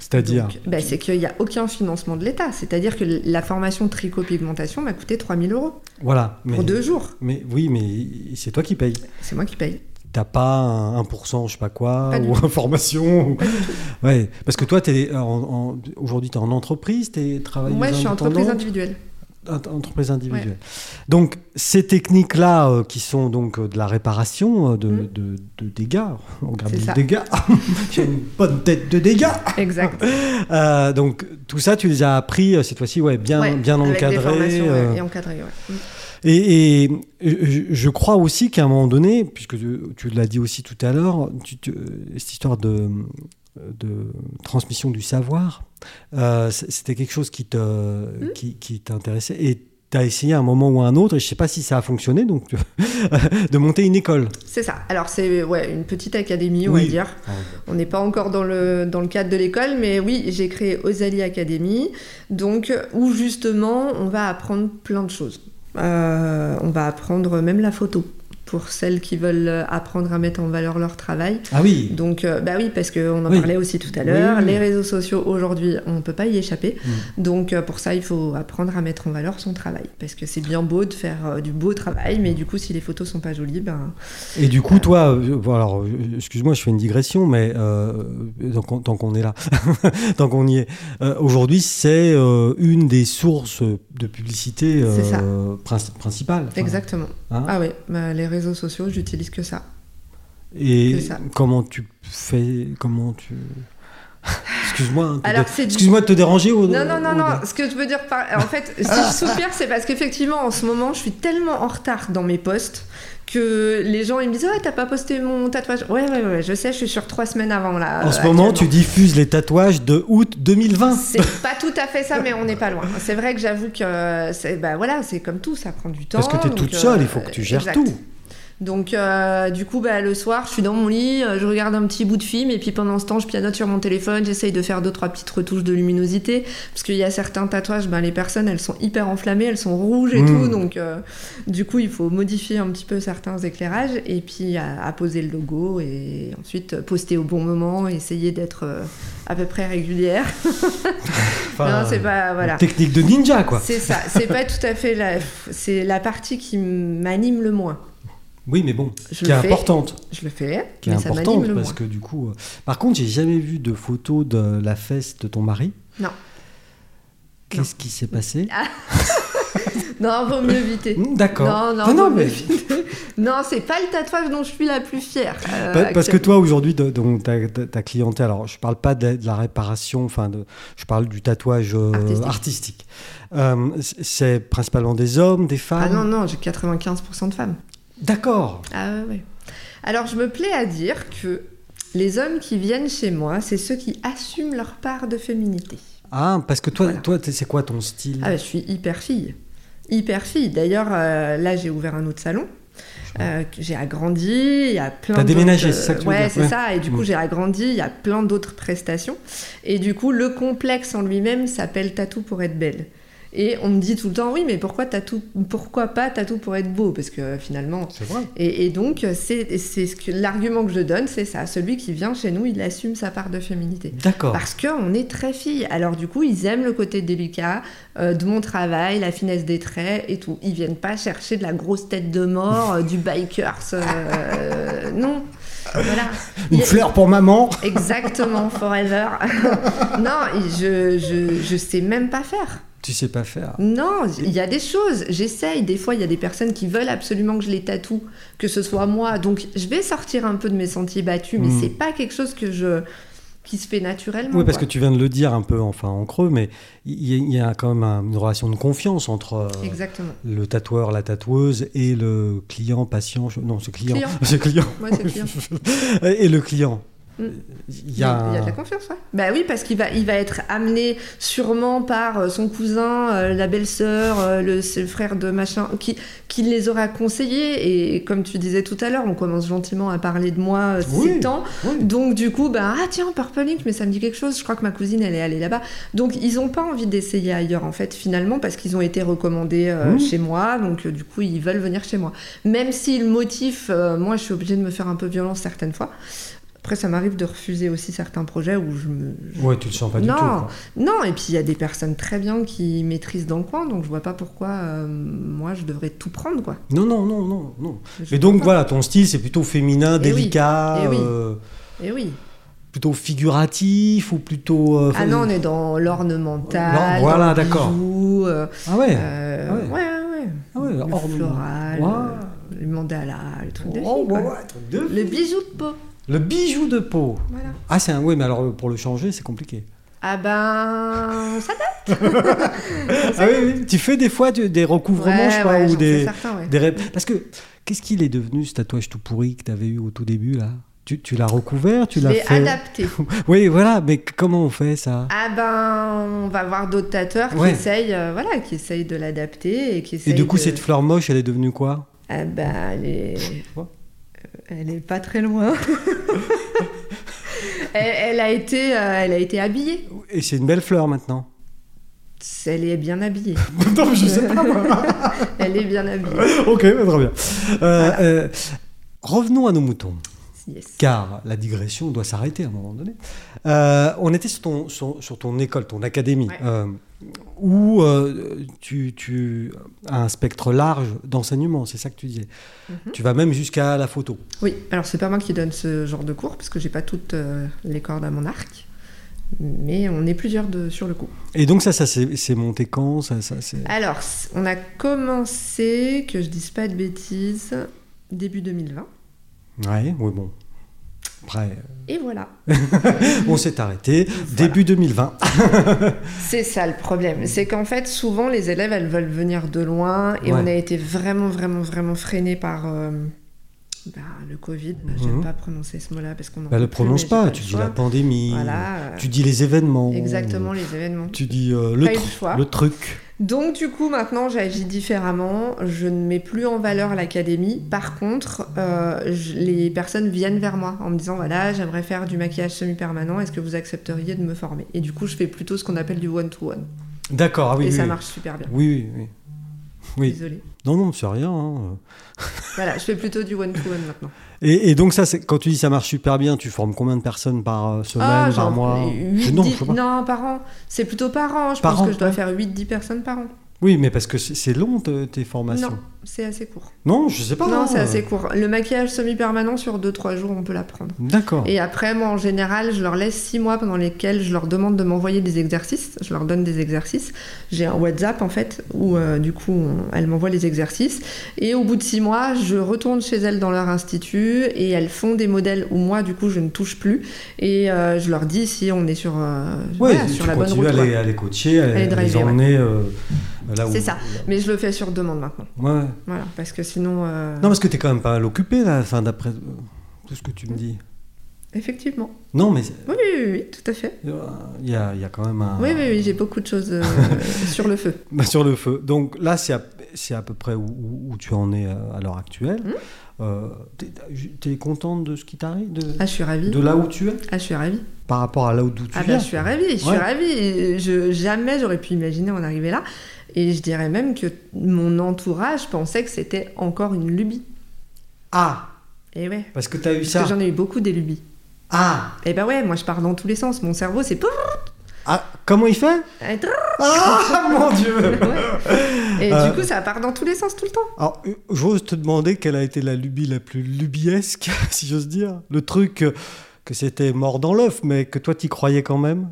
c'est-à-dire.
Donc, bah, c'est qu'il n'y a aucun financement de l'État. C'est-à-dire que la formation tricopigmentation m'a coûté 3000 euros
Voilà. Mais,
pour deux jours.
mais oui, mais c'est toi qui payes.
C'est moi qui paye.
T'as pas un 1%, je sais pas quoi,
Pas du
ou *laughs* information. ou- Ouais, parce que toi, t'es en- en- aujourd'hui, tu es en entreprise, tu travailles
Moi, je suis
*laughs*
entreprise individuelle.
entreprise individuelle. Donc, ces techniques-là, euh, qui sont donc euh, de la réparation euh, de,
Mm.
de- de dégâts, on regarde
C'est
les
ça.
dégâts, *laughs* j'ai une bonne tête de dégâts.
Exact.
Euh, donc, tout ça, tu les as appris euh, cette fois-ci, ouais, bien,
Ouais,
bien
avec des
encadré.
formations,
euh,
ouais, et encadré, ouais. Mm.
et, et je, je crois aussi qu'à un moment donné, puisque tu, tu l'as dit aussi tout à l'heure, tu- tu- euh, cette histoire de, de transmission du savoir, euh, c- c'était quelque chose qui te, qui, qui t'intéressait. Et tu as essayé à un moment ou à un autre, et je sais pas si ça a fonctionné, donc tu- *laughs* de monter une école.
C'est ça. Alors, c'est ouais, une petite académie, on va
Oui.
dire. On n'est pas encore dans le, dans le cadre de l'école, mais oui, j'ai créé Ozali Academy, donc où justement on va apprendre plein de choses. Euh, on va apprendre même la photo. pour celles qui veulent apprendre à mettre en valeur leur travail.
Ah oui
Donc, euh, bah oui, parce qu'on en
Oui.
parlait aussi tout à l'heure,
Oui, Mm. oui.
les réseaux sociaux aujourd'hui, on ne peut pas y échapper. Donc, euh, pour ça, il faut apprendre à mettre en valeur son travail. Parce que c'est bien beau de faire euh, du beau travail, mais du coup, si les photos sont pas jolies, ben.
Ah. Et du coup, toi, euh, bon, alors, euh, excuse-moi, je fais une digression, mais euh, tant qu'on tant qu'on est là, *laughs* tant qu'on y est, euh, aujourd'hui, c'est euh, une des sources de publicité
C'est ça.
euh, princi- principale. Enfin,
Exactement.
hein.
Ah oui, bah, les réseaux sociaux, j'utilise que ça.
Et
c'est ça.
comment tu fais Comment
*laughs*
tu Excuse-moi. hein, de te-
Alors, c'est du-
Excuse-moi de te déranger. Aude-
Non, non, non,
Aude.
non. Ce que je veux dire par. En fait, si je soupire, c'est parce qu'effectivement, en ce moment, je suis tellement en retard dans mes posts que les gens, ils me disent Ouais, t'as pas posté mon tatouage. Ouais, ouais, ouais, je sais, je suis sur trois semaines avant là.
En
euh,
ce moment, tu
actuellement.
diffuses les tatouages de août 2020. *laughs*
C'est pas tout à fait ça, mais on n'est pas loin. C'est vrai que j'avoue que. c'est- Bah voilà, c'est comme tout, ça prend du temps.
Parce que tu es
donc,
toute
euh,
seule, il faut que tu gères
exact.
tout.
Donc, euh, du coup, bah, le soir, je suis dans mon lit, euh, je regarde un petit bout de film, et puis pendant ce temps, je pianote sur mon téléphone, j'essaye de faire deux, trois petites retouches de luminosité, parce qu'il y a certains tatouages, ben, les personnes, elles sont hyper enflammées, elles sont rouges et
Mm.
tout, donc euh, du coup, il faut modifier un petit peu certains éclairages, et puis à, à poser le logo, et ensuite euh, poster au bon moment, essayer d'être euh, à peu près régulière.
Enfin,
non, c'est pas, voilà.
Technique de ninja, quoi.
C'est ça, c'est pas tout à fait la, c'est la partie qui m'anime le moins.
Oui, mais bon,
Je
qui est
le fais.
importante.
Je le fais,
qui est
mais ça m'anime
importante
le
parce
moins.
que du coup. euh, Par contre, j'ai jamais vu de photo de la fesse de ton mari.
Non. Ah.
Qu'est-ce qui s'est passé
Non, vaut mieux éviter.
Hmm, D'accord.
Non, non,
Enfin,
non,
mais-
non, c'est pas le tatouage dont je suis la plus fière. euh,
Pa- Parce que
actuellement.
toi aujourd'hui, de- donc, ta, ta- ta clientèle, alors je parle pas de la, de la réparation, enfin de- je parle du tatouage euh, artistique.
Artistique.
Euh, c- c'est principalement des hommes, des
Ah
femmes.
non, non, j'ai 95% de femmes.
D'accord.
Ah ouais, ouais. Alors, je me plais à dire que les hommes qui viennent chez moi, c'est ceux qui assument leur part de féminité.
Ah, parce que toi,
Voilà.
toi, t'es- c'est quoi ton style
Ah, bah, je suis hyper fille. Hyper fille. D'ailleurs, euh, là, j'ai ouvert un autre salon. euh, que j'ai agrandi, il y a plein
T'as
d'autres-
déménagé, c'est ça que tu veux
Ouais,
dire,
c'est
ouais.
ça, et du coup
Mm.
j'ai agrandi, il y a plein d'autres prestations. Et du coup, le complexe en lui-même s'appelle Tatou pour être belle. Et on me dit tout le temps, oui, mais pourquoi, tatou, pourquoi pas Tatou pour être beau Parce que euh, finalement.
C'est vrai.
Et, et donc, c'est c'est ce que- l'argument que je donne, c'est ça. Celui qui vient chez nous, il assume sa part de féminité.
D'accord.
Parce qu'on est très fille. Alors du coup, ils aiment le côté délicat euh, de mon travail, la finesse des traits et tout. Ils viennent pas chercher de la grosse tête de mort, euh, du bikers. euh, non. Voilà.
Une
Il-
fleur pour maman.
Exactement, forever. *laughs* non, je, je, je sais même pas faire.
Tu sais pas faire.
Non, il y a des choses, j'essaye. Des fois, il y a des personnes qui veulent absolument que je les tatoue, que ce soit moi. Donc, je vais sortir un peu de mes sentiers battus, mais
Mm.
c'est pas quelque chose que je qui se fait naturellement.
Oui, parce
quoi.
que tu viens de le dire un peu, enfin en creux, mais il y, a- il y a quand même un- une relation de confiance entre euh,
Exactement.
le tatoueur, la tatoueuse et le client, patient, je- non, ce client,
Client.
*laughs* ce client
Moi, c'est bien.
*laughs* et le client.
Mm.
Il y a,
Il y
un-
a de la confiance, ouais. Bah oui, parce qu'il va, il va être amené sûrement par euh, son cousin, euh, la belle-sœur, euh, le, c'est le frère de machin, qui, qui les aura conseillés. Et comme tu disais tout à l'heure, on commence gentiment à parler de moi euh,
Oui.
ces temps.
Oui.
Donc du coup, bah, ah tiens, Purple Ink, mais ça me dit quelque chose, je crois que ma cousine, elle est allée là-bas. Donc ils n'ont pas envie d'essayer ailleurs, en fait, finalement, parce qu'ils ont été recommandés euh,
Mmh.
chez moi, donc euh, du coup, ils veulent venir chez moi. Même si le motif, euh, moi, je suis obligée de me faire un peu violence certaines fois. Après, ça m'arrive de refuser aussi certains projets où je me... je-
Ouais, tu le sens pas du
Non.
tout. quoi.
Non, et puis il y a des personnes très bien qui maîtrisent dans le coin, donc je vois pas pourquoi euh, moi je devrais tout prendre, quoi.
Non, non, non, non, non.
Je
Et donc
comprends
voilà, ton style, c'est plutôt féminin,
Eh oui.
délicat,
Eh oui.
euh,
pas. Et oui.
plutôt figuratif ou plutôt. euh,
Ah non, on est dans l'ornemental,
Non, voilà,
dans le
d'accord.
bijou, euh,
Ah ouais.
Euh,
Ouais.
ouais, ouais, ouais.
Ah ouais,
le
ornement.
floral, euh,
Waouh.
le mandala, le truc de
Oh,
fille, quoi.
ouais, ouais, truc de-
Le bijou de peau,
Le bijou de peau.
voilà.
Ah, c'est un. Oui, mais alors pour le changer, c'est compliqué.
Ah ben, ça date.
*laughs* Ah oui, oui. Tu fais des fois du- des recouvrements, je sais pas, ou des,
Certains, ouais.
des rép- Parce que, qu'est-ce qu'il est devenu ce tatouage tout pourri que tu avais eu au tout début, là Tu, tu l'as recouvert, tu
Je
l'as
l'ai
fait. *laughs*
adapté.
Oui, voilà, mais c- comment on fait ça
Ah ben, on va voir d'autres tateurs
Ouais.
qui essayent, euh, voilà, qui essayent de l'adapter et qui
Et
essayent.
du coup,
de-
cette fleur moche, elle est devenue quoi
Ah ben, elle est, euh,
Ouais.
elle est pas
*laughs*
très loin. elle, elle a été, euh, elle a été habillée.
Et c'est une belle fleur maintenant.
Elle est bien habillée.
*laughs* non, mais je sais pas. moi.
Elle est bien habillée.
*laughs* ok, bah, très bien. Euh, euh, revenons à nos moutons,
Yes.
car la digression doit s'arrêter à un moment donné. Euh, on était sur ton, sur, sur ton école, ton académie,
Ouais.
euh, où euh, tu, tu as un spectre large d'enseignement, c'est ça que tu disais.
Mhm.
Tu vas même jusqu'à la photo.
Oui, alors c'est pas moi qui donne ce genre de cours parce que j'ai pas toutes euh, les cordes à mon arc, mais on est plusieurs de- sur le coup.
Et donc ça, ça c'est c'est monté quand ça, ça, c'est-
Alors, c- on a commencé, que je dise pas de bêtises, début 2020.
Ouais, oui, bon. Après,
Et voilà.
euh, on s'est arrêté début 2020.
Ah, C'est ça le problème. C'est qu'en fait, souvent, les élèves, elles veulent venir de loin et
Ouais.
on a été vraiment, vraiment, vraiment freinés par euh, bah, le Covid. Je
Mhm.
n'aime pas prononcer ce mot-là parce qu'on en
Bah,
peut
le
plus,
prononce
mais
pas,
j'ai le
tu dis
choix.
la pandémie,
Voilà, euh,
tu dis les événements,
exactement les événements.
tu dis euh, le,
Pas eu le
tru-
choix.
le truc.
Donc du coup maintenant j'agis différemment, je ne mets plus en valeur l'académie. Par contre, euh, je- les personnes viennent vers moi en me disant voilà j'aimerais faire du maquillage semi-permanent, est-ce que vous accepteriez de me former Et du coup je fais plutôt ce qu'on appelle du one-to-one.
D'accord, ah oui.
Et
oui,
ça
oui.
marche super bien.
Oui, oui, oui. Oui,
Désolée.
non, non, c'est rien. hein.
Voilà, je fais plutôt du one-to-one maintenant.
Et, et donc, ça, c'est- quand tu dis ça marche super bien, tu formes combien de personnes par euh, semaine,
Ah,
par
genre,
mois
huit,
Je- Non,
dix-
je sais pas.
non, par an. C'est plutôt par an. Je
Par
pense
an,
que je dois
ouais.
faire 8-10 personnes par an.
Oui, mais parce que c'est- c'est long te- tes formations.
Non, c'est assez court.
Non, je sais pas. hein.
non, c'est assez court. Le maquillage semi-permanent sur 2-3 jours, on peut l'apprendre.
D'accord.
Et après, moi, en général, je leur laisse six mois pendant lesquels je leur demande de m'envoyer des exercices. Je leur donne des exercices. J'ai un WhatsApp, en fait, où, euh, du coup, on- elles m'envoient les exercices. Et au bout de six mois, je retourne chez elles dans leur institut et elles font des modèles où moi, du coup, je ne touche plus. Et euh, je leur dis si on est sur, euh,
Ouais,
voilà,
tu
sur la bonne
continues
route.
à les,
quoi.
à les coacher, à,
les
les,
driver, ouais.
emmener euh, là où.
C'est ça. Mais je le fais sur demande maintenant.
Ouais.
Voilà, parce que sinon... euh,
Non, parce que t'es quand même pas mal occupé, là, enfin, d'après euh, tout ce que tu me dis.
Effectivement.
Non, mais
Oui, oui, oui, oui, tout à fait.
euh, il y, a, il y a quand même un.
Oui, oui, oui, j'ai beaucoup de choses
*laughs*
euh, sur le feu.
Bah, sur le feu. Donc là, c'est à, c'est à peu près où, où- où tu en es euh, à l'heure actuelle.
Mhm.
Euh, t'es- t'es contente de ce qui t'arrive de,
Ah, je suis ravie.
de là où tu es
Ah, je suis ravie.
Par rapport à là où d'où tu
Ah
viens
bah, je suis ravie, je suis
Ouais.
ravie. Je, jamais j'aurais pu imaginer en arriver là. Et je dirais même que mon entourage pensait que c'était encore une lubie.
Ah
Et ouais.
Parce que tu as eu ça
Parce que j'en ai eu beaucoup des lubies.
Ah
Et bah ouais, moi je pars dans tous les sens. Mon cerveau c'est pouf
Ah Comment il fait
et trrr. *laughs*
Ah Mon Dieu
Ouais. Et
Euh.
du coup ça part dans tous les sens tout le temps.
Alors, euh, j'ose te demander quelle a été la lubie la plus lubiesque, *laughs* si j'ose dire. Le truc euh, que c'était mort dans l'œuf, mais que toi, t'y croyais quand même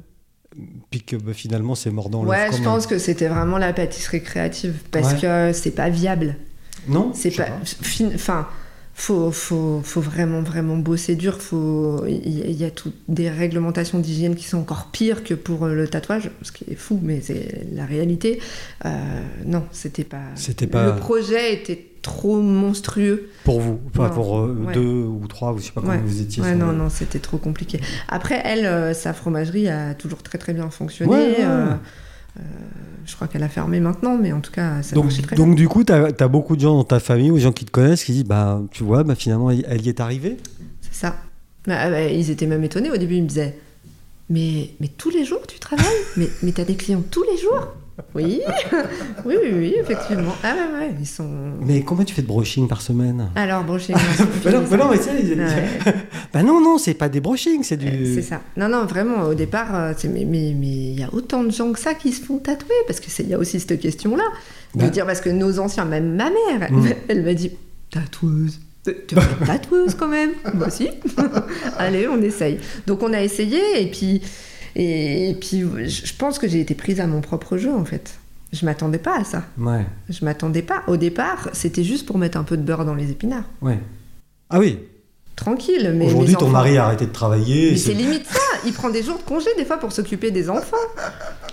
puis que bah, finalement c'est mort dans l'œuf.
ouais,
quand
je
même.
pense que c'était vraiment la pâtisserie créative parce
Ouais.
que c'est pas viable.
Non
C'est
je sais
pas. fin- Enfin, faut, faut, faut vraiment, vraiment bosser dur. faut- Il y, il y a toutes des réglementations d'hygiène qui sont encore pires que pour euh, le tatouage, ce qui est fou, mais c'est la réalité. Euh, non, c'était pas.
C'était pas-
Le projet était trop monstrueux.
Pour vous, enfin
Non.
pour euh,
Ouais.
deux ou trois, ou je sais pas comment
Ouais.
vous étiez.
Ouais,
sur
non,
le-
non, c'était trop compliqué. Après, elle, euh, sa fromagerie a toujours très, très bien fonctionné.
Ouais, ouais.
euh, euh, je crois qu'elle a fermé maintenant, mais en tout cas, ça marchait
Donc,
très
donc du coup, tu as, beaucoup de gens dans ta famille ou des gens qui te connaissent qui disent, bah, tu vois, bah, finalement, elle elle y est arrivée.
C'est ça. Bah, bah, ils étaient même étonnés au début, ils me disaient Mais, mais tous les jours tu travailles *laughs* Mais, mais t'as des clients tous les jours oui. oui, oui, oui, effectivement. Ah ouais, ouais, ils sont.
Mais combien tu fais de brushing par semaine
Alors, brochet.
*laughs* bah non, bah non, mais ça, ils- Bah non, non, c'est pas des brushings, c'est du...
Euh, c'est ça. Non, non, vraiment, au départ, euh, c'est mais mais- mais il y a autant de gens que ça qui se font tatouer, parce que c'est- il y a aussi cette question-là. De
Bah.
dire, parce que nos anciens, même ma mère,
Mm.
elle m'a dit tatoueuse.
Euh, *laughs*
Tu vas être tatoueuse quand même Moi aussi. *laughs* Allez, on essaye. Donc on a essayé, et puis, et, et puis je je pense que j'ai été prise à mon propre jeu, en fait. Je m'attendais pas à ça.
Ouais,
Je m'attendais pas. Au départ, c'était juste pour mettre un peu de beurre dans les épinards.
ouais. Ah oui,
Tranquille. mais
aujourd'hui,
mes
ton
enfants-
mari a arrêté de travailler.
mais
c'est- *laughs*
c'est limite ça, il prend des jours de congé des fois pour s'occuper des enfants.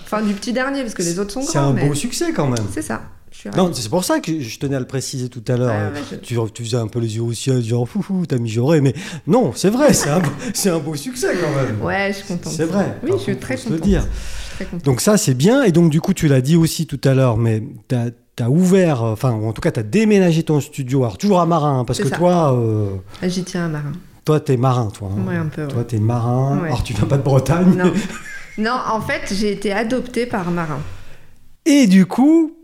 Enfin, du petit dernier, parce que les autres sont
C'est
grands.
un
mais
beau succès quand même.
C'est ça. Je suis ravie.
Non, c'est pour ça que je tenais à le préciser tout à l'heure.
Ah, Ouais, ouais, je-
tu, tu faisais un peu les yeux au ciel, genre foufou, t'as mijoré. Mais non, c'est vrai, c'est un, c'est un beau succès quand même.
Ouais, je suis contente.
C'est vrai.
Oui,
Enfin,
je suis
faut-
très
faut se le
contente.
dire.
Je suis très contente.
Donc ça, c'est bien. Et donc, du coup, tu l'as dit aussi tout à l'heure, mais tu as, ouvert, euh, enfin, ou en tout cas, tu as déménagé ton studio. Alors, toujours à Marin, hein, parce
C'est
que
ça.
toi, euh,
J'y tiens
*laughs*
un marin.
toi, t'es marin, toi. hein.
Ouais, un peu, ouais.
Toi, t'es marin.
Ouais.
Alors, tu viens pas de Bretagne.
Non. non, en fait, j'ai été adoptée par marin.
*laughs* Et du coup,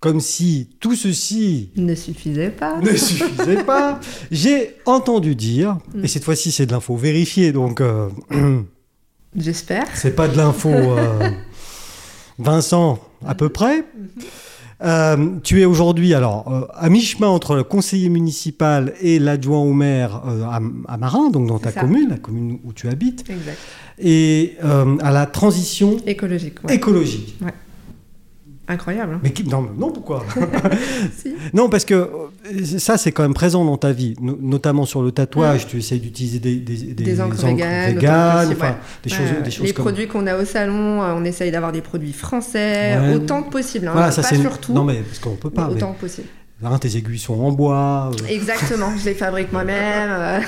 comme si tout
*laughs*
ceci
Ne suffisait pas.
ne suffisait pas, j'ai entendu dire,
Mm.
et cette fois-ci c'est de l'info vérifiée, donc euh, *clears throat*
J'espère.
c'est pas de
*laughs*
l'info euh, Vincent à peu près.
Mhm.
Euh, tu es aujourd'hui alors euh, à mi-chemin entre le conseiller municipal et l'adjoint au maire euh, à, à Marin, donc dans ta
C'est ça.
commune, la commune où tu habites,
Exact.
et euh, à la transition
Écologique. ouais.
écologique. *laughs*
Incroyable. hein.
Mais qui- non, non,
*laughs*
pourquoi
Si.
Non, parce que euh, ça, c'est quand même présent dans ta vie, no- notamment sur le tatouage. Tu essayes d'utiliser des, des, des,
Des encres véganes, autant que
véganes,
possible,
enfin,
ouais.
des
Ouais,
choses,
ouais.
des choses
les
comme
produits qu'on a au salon, euh, on essaye d'avoir des produits français
Ouais.
autant que possible. hein.
Voilà, ça
pas
c'est
surtout.
non mais parce qu'on peut
mais
pas. mais-
autant que possible.
hein, tes aiguilles sont en bois, euh,
Exactement, je
*laughs*
les fabrique moi-même. euh.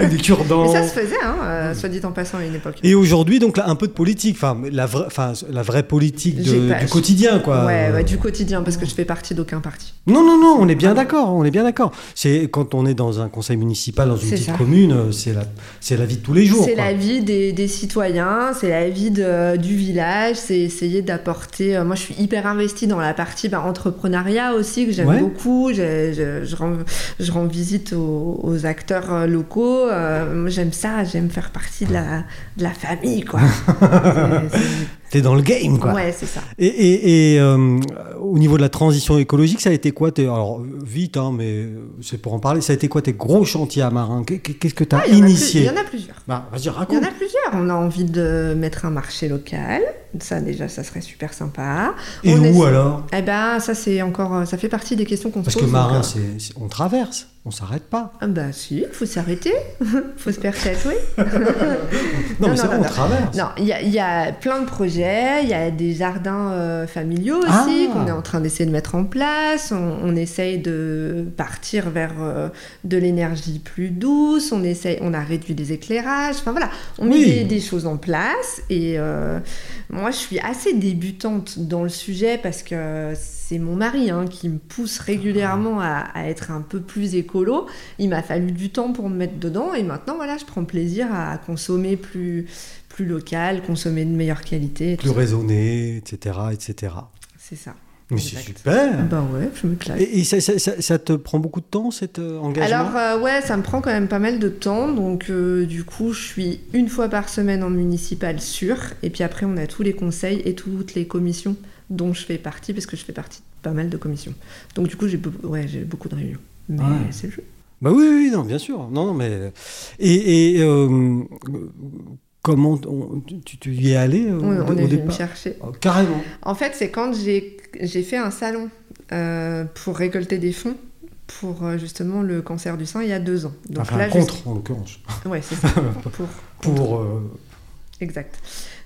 des
Mais
cure-dents.
ça se faisait, hein, euh, soit dit en passant à une époque.
Oh. Et aujourd'hui, donc, là, un peu de politique, enfin, la, vraie- enfin, la vraie politique de-
J'ai pas-
du quotidien, quoi.
ouais, ouais, du Ah quotidien, parce que je fais partie d'aucun parti.
Non, non, non, on est bien d'accord, on est bien d'accord. C'est quand on est dans un conseil municipal, dans une
C'est
petite
ça.
commune, euh, c'est la, c'est la vie de tous les jours.
C'est
quoi.
la vie des, des citoyens, c'est la vie de- du village, c'est essayer d'apporter. euh, moi, je suis hyper investie dans la partie bah, entrepreneuriat aussi, que j'aime
Ouais.
beaucoup. Je, je- je rends, je rends visite aux, aux acteurs euh, locaux. euh, moi, j'aime ça, j'aime faire partie de la, de la famille, quoi. C'est- c'est-
T'es dans le game, *laughs* quoi.
Ouais, c'est ça.
Et, et- et, euh, au niveau de la transition écologique, ça a été quoi tes, Alors, euh, vite, hein, mais c'est pour en parler, ça a été quoi tes gros chantiers à Marin Qu'est- Qu'est-ce que t'as
Ah, il y en a plus-
initié
Il y en a plusieurs.
Bah, Vas-y,
Il y en
raconte.
a plusieurs. On a envie de mettre un marché local. Ça, déjà, ça serait super sympa.
Et
On
où
essaie-
alors
Eh ben, ça, c'est encore. Ça fait partie des questions qu'on se
Parce
pose.
que Marin,
donc,
c'est- c'est- on traverse, on s'arrête pas.
euh, Ah ben, si, faut s'arrêter. *laughs* faut se faire tatouer.
Non,
Non,
mais
non,
c'est vrai,
non,
on traverse.
Non, il y, a- il y a plein de projets. Il y a des jardins euh, familiaux
Ah.
aussi qu'on est en train d'essayer de mettre en place. On, on essaye de partir vers euh, de l'énergie plus douce. On essaye, on a réduit les éclairages. Enfin voilà, on
Oui.
met des, des choses en place. Et euh, moi, je suis assez débutante dans le sujet parce que c'est mon mari hein, qui me pousse régulièrement à, à être un peu plus écolo. Il m'a fallu du temps pour me mettre dedans et maintenant, voilà, je prends plaisir à consommer plus, plus local, consommer de meilleure qualité. et
Plus
tout.
raisonner, etc., etc.
C'est ça.
Mais c'est
Exact.
super
Bah ouais, je me claque.
Et, et ça, ça- ça- ça te prend beaucoup de temps, cet euh, engagement
Alors euh, ouais, ça me prend quand même pas mal de temps, donc euh, du coup je suis une fois par semaine en municipal sûr, et puis après on a tous les conseils et toutes les commissions dont je fais partie, parce que je fais partie de pas mal de commissions. Donc du coup j'ai be- ouais, j'ai beaucoup de réunions, mais
Ah Ouais.
c'est le jeu.
Bah oui, oui, oui, non, bien sûr. Non, non, mais et, et, euh, comment on- tu, tu y es allé euh,
On,
au,
on
au
est venu me
départ
chercher.
Oh, Carrément.
En fait c'est quand j'ai j'ai fait un salon euh, pour récolter des fonds pour euh, justement le cancer du sein il y a deux ans. Donc
enfin,
là je-
contre en l'occurrence.
Ouais c'est ça. pour
Pour euh,
Exact.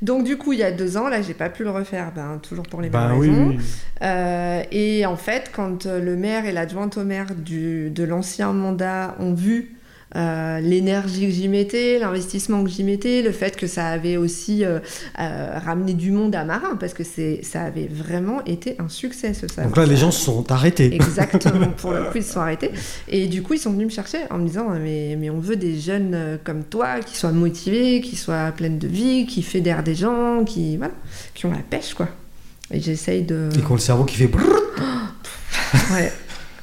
Donc du coup, il y a deux ans, là, j'ai pas pu le refaire, ben, toujours pour les
ben
mêmes
oui,
raisons.
oui.
Euh, et en fait, quand euh, le maire et l'adjointe au maire du, de l'ancien mandat ont vu euh, l'énergie que j'y mettais, l'investissement que j'y mettais, le fait que ça avait aussi euh, euh, ramené du monde à Marin, parce que c'est, ça avait vraiment été un succès ce salon.
Donc là, les gens se sont arrêtés.
Exactement, pour le coup, ils se sont arrêtés. Et du coup, ils sont venus me chercher en me disant Ah, Mais, mais on veut des jeunes euh, comme toi, qui soient motivés, qui soient pleines de vie, qui fédèrent des gens, qui, voilà, qui ont la pêche, quoi. Et j'essaye de.
Et qu'on le cerveau qui fait. brrr,
Ouais.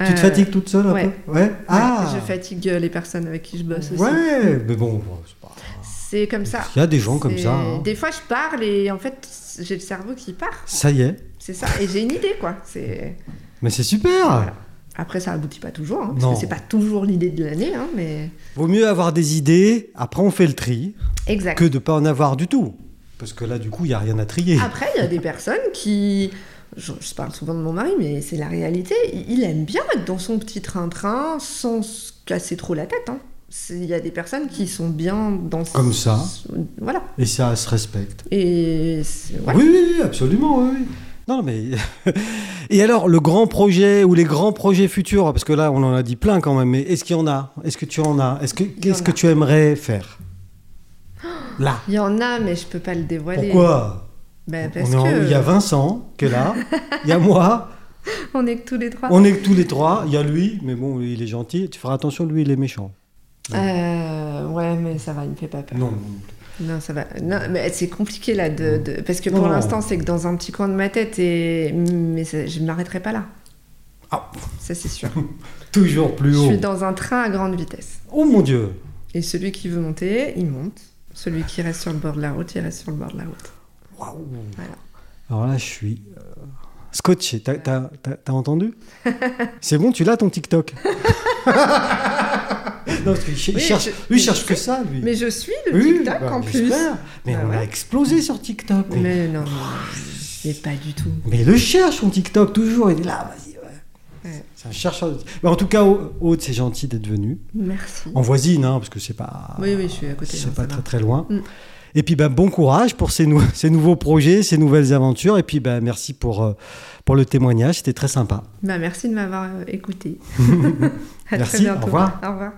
Tu te
Euh,
fatigues toute seule un
ouais.
peu Ouais.
ouais,
Ah.
Je fatigue euh, les personnes avec qui je bosse aussi.
Ouais, mais bon, c'est pas.
C'est comme ça.
Il y a des gens comme
C'est-
ça. hein.
Des fois, je parle et en fait, j'ai le cerveau qui part.
Ça y est.
C'est ça. Et j'ai une idée, quoi. C'est.
Mais c'est super.
Voilà. Après, ça aboutit pas toujours, hein, parce
Non.
que c'est pas toujours l'idée de l'année, hein, mais.
Vaut mieux avoir des idées. Après, on fait le tri,
Exact.
que de pas en avoir du tout. Parce que là, du coup, il y a rien à trier.
Après, il y a des personnes qui. Je, je parle souvent de mon mari, mais c'est la réalité. Il, il aime bien être dans son petit train-train sans se casser trop la tête. hein. C'est- Il y a des personnes qui sont bien dans ce-
Comme ça.
Voilà.
Et ça se respecte.
Et. c'est- voilà.
Oui, oui, oui, absolument, oui, oui. Non, non, mais... *laughs* Et alors, le grand projet ou les grands projets futurs, parce que là, on en a dit plein quand même, mais est-ce qu'il y en a Est-ce que tu en as Est-ce que,
y en
Qu'est-ce que
a.
tu aimerais
*gasps*
faire Là.
Il y en a, mais je peux pas le dévoiler.
Pourquoi
Ben,
on
Parce
est en-
que
Il y a Vincent, qui est
*laughs*
là, il y a moi,
on est que tous les trois.
on est que tous les trois, il y a lui, mais bon, lui, il est gentil, tu feras attention, lui, il est méchant.
Euh, ouais, mais ça va, il me fait pas peur.
Non.
Non, ça va. Non, mais c'est compliqué là, de, de- parce que pour
Non.
l'instant, c'est que dans un petit coin de ma tête, et... mais ça- je ne m'arrêterai pas là.
Ah.
Ça, c'est sûr.
Toujours plus
je
haut.
suis dans un train à grande vitesse.
Oh mon Dieu
Et celui qui veut monter, il monte. Celui qui reste sur le bord de la route, il reste sur le bord de la route.
Waouh
Voilà.
Alors là, je suis euh, scotché. T'as- T'as t'as- t'as
*laughs*
entendu C'est bon, tu l'as ton TikTok Non, parce qu'il ch-
Oui,
cherche,
je-
lui, il
je
cherche que
sais.
ça, lui.
Mais je suis le
Oui,
TikTok
bah,
en plus.
j'espère. Mais
Ah
on
ouais.
a explosé sur TikTok. Mais,
Mais non, mais pas du tout.
mais il le cherche, son TikTok, toujours. Il est là, vas-y. ouais.
Ouais.
C'est un chercheur. de- Mais en tout cas, Aude, c'est gentil d'être venu.
Merci.
En voisine, hein, parce que c'est pas.
Oui, oui, je suis à côté.
C'est
non,
pas
ça
très
va.
très loin.
Mm.
Et puis ben, bon courage pour ces, nou- *laughs* ces nouveaux projets, ces nouvelles aventures. Et puis ben, merci pour, euh, pour le témoignage, c'était très sympa. *laughs*
Bah, merci de m'avoir euh, écouté. à
Merci,
très bientôt.
au revoir.
Au revoir.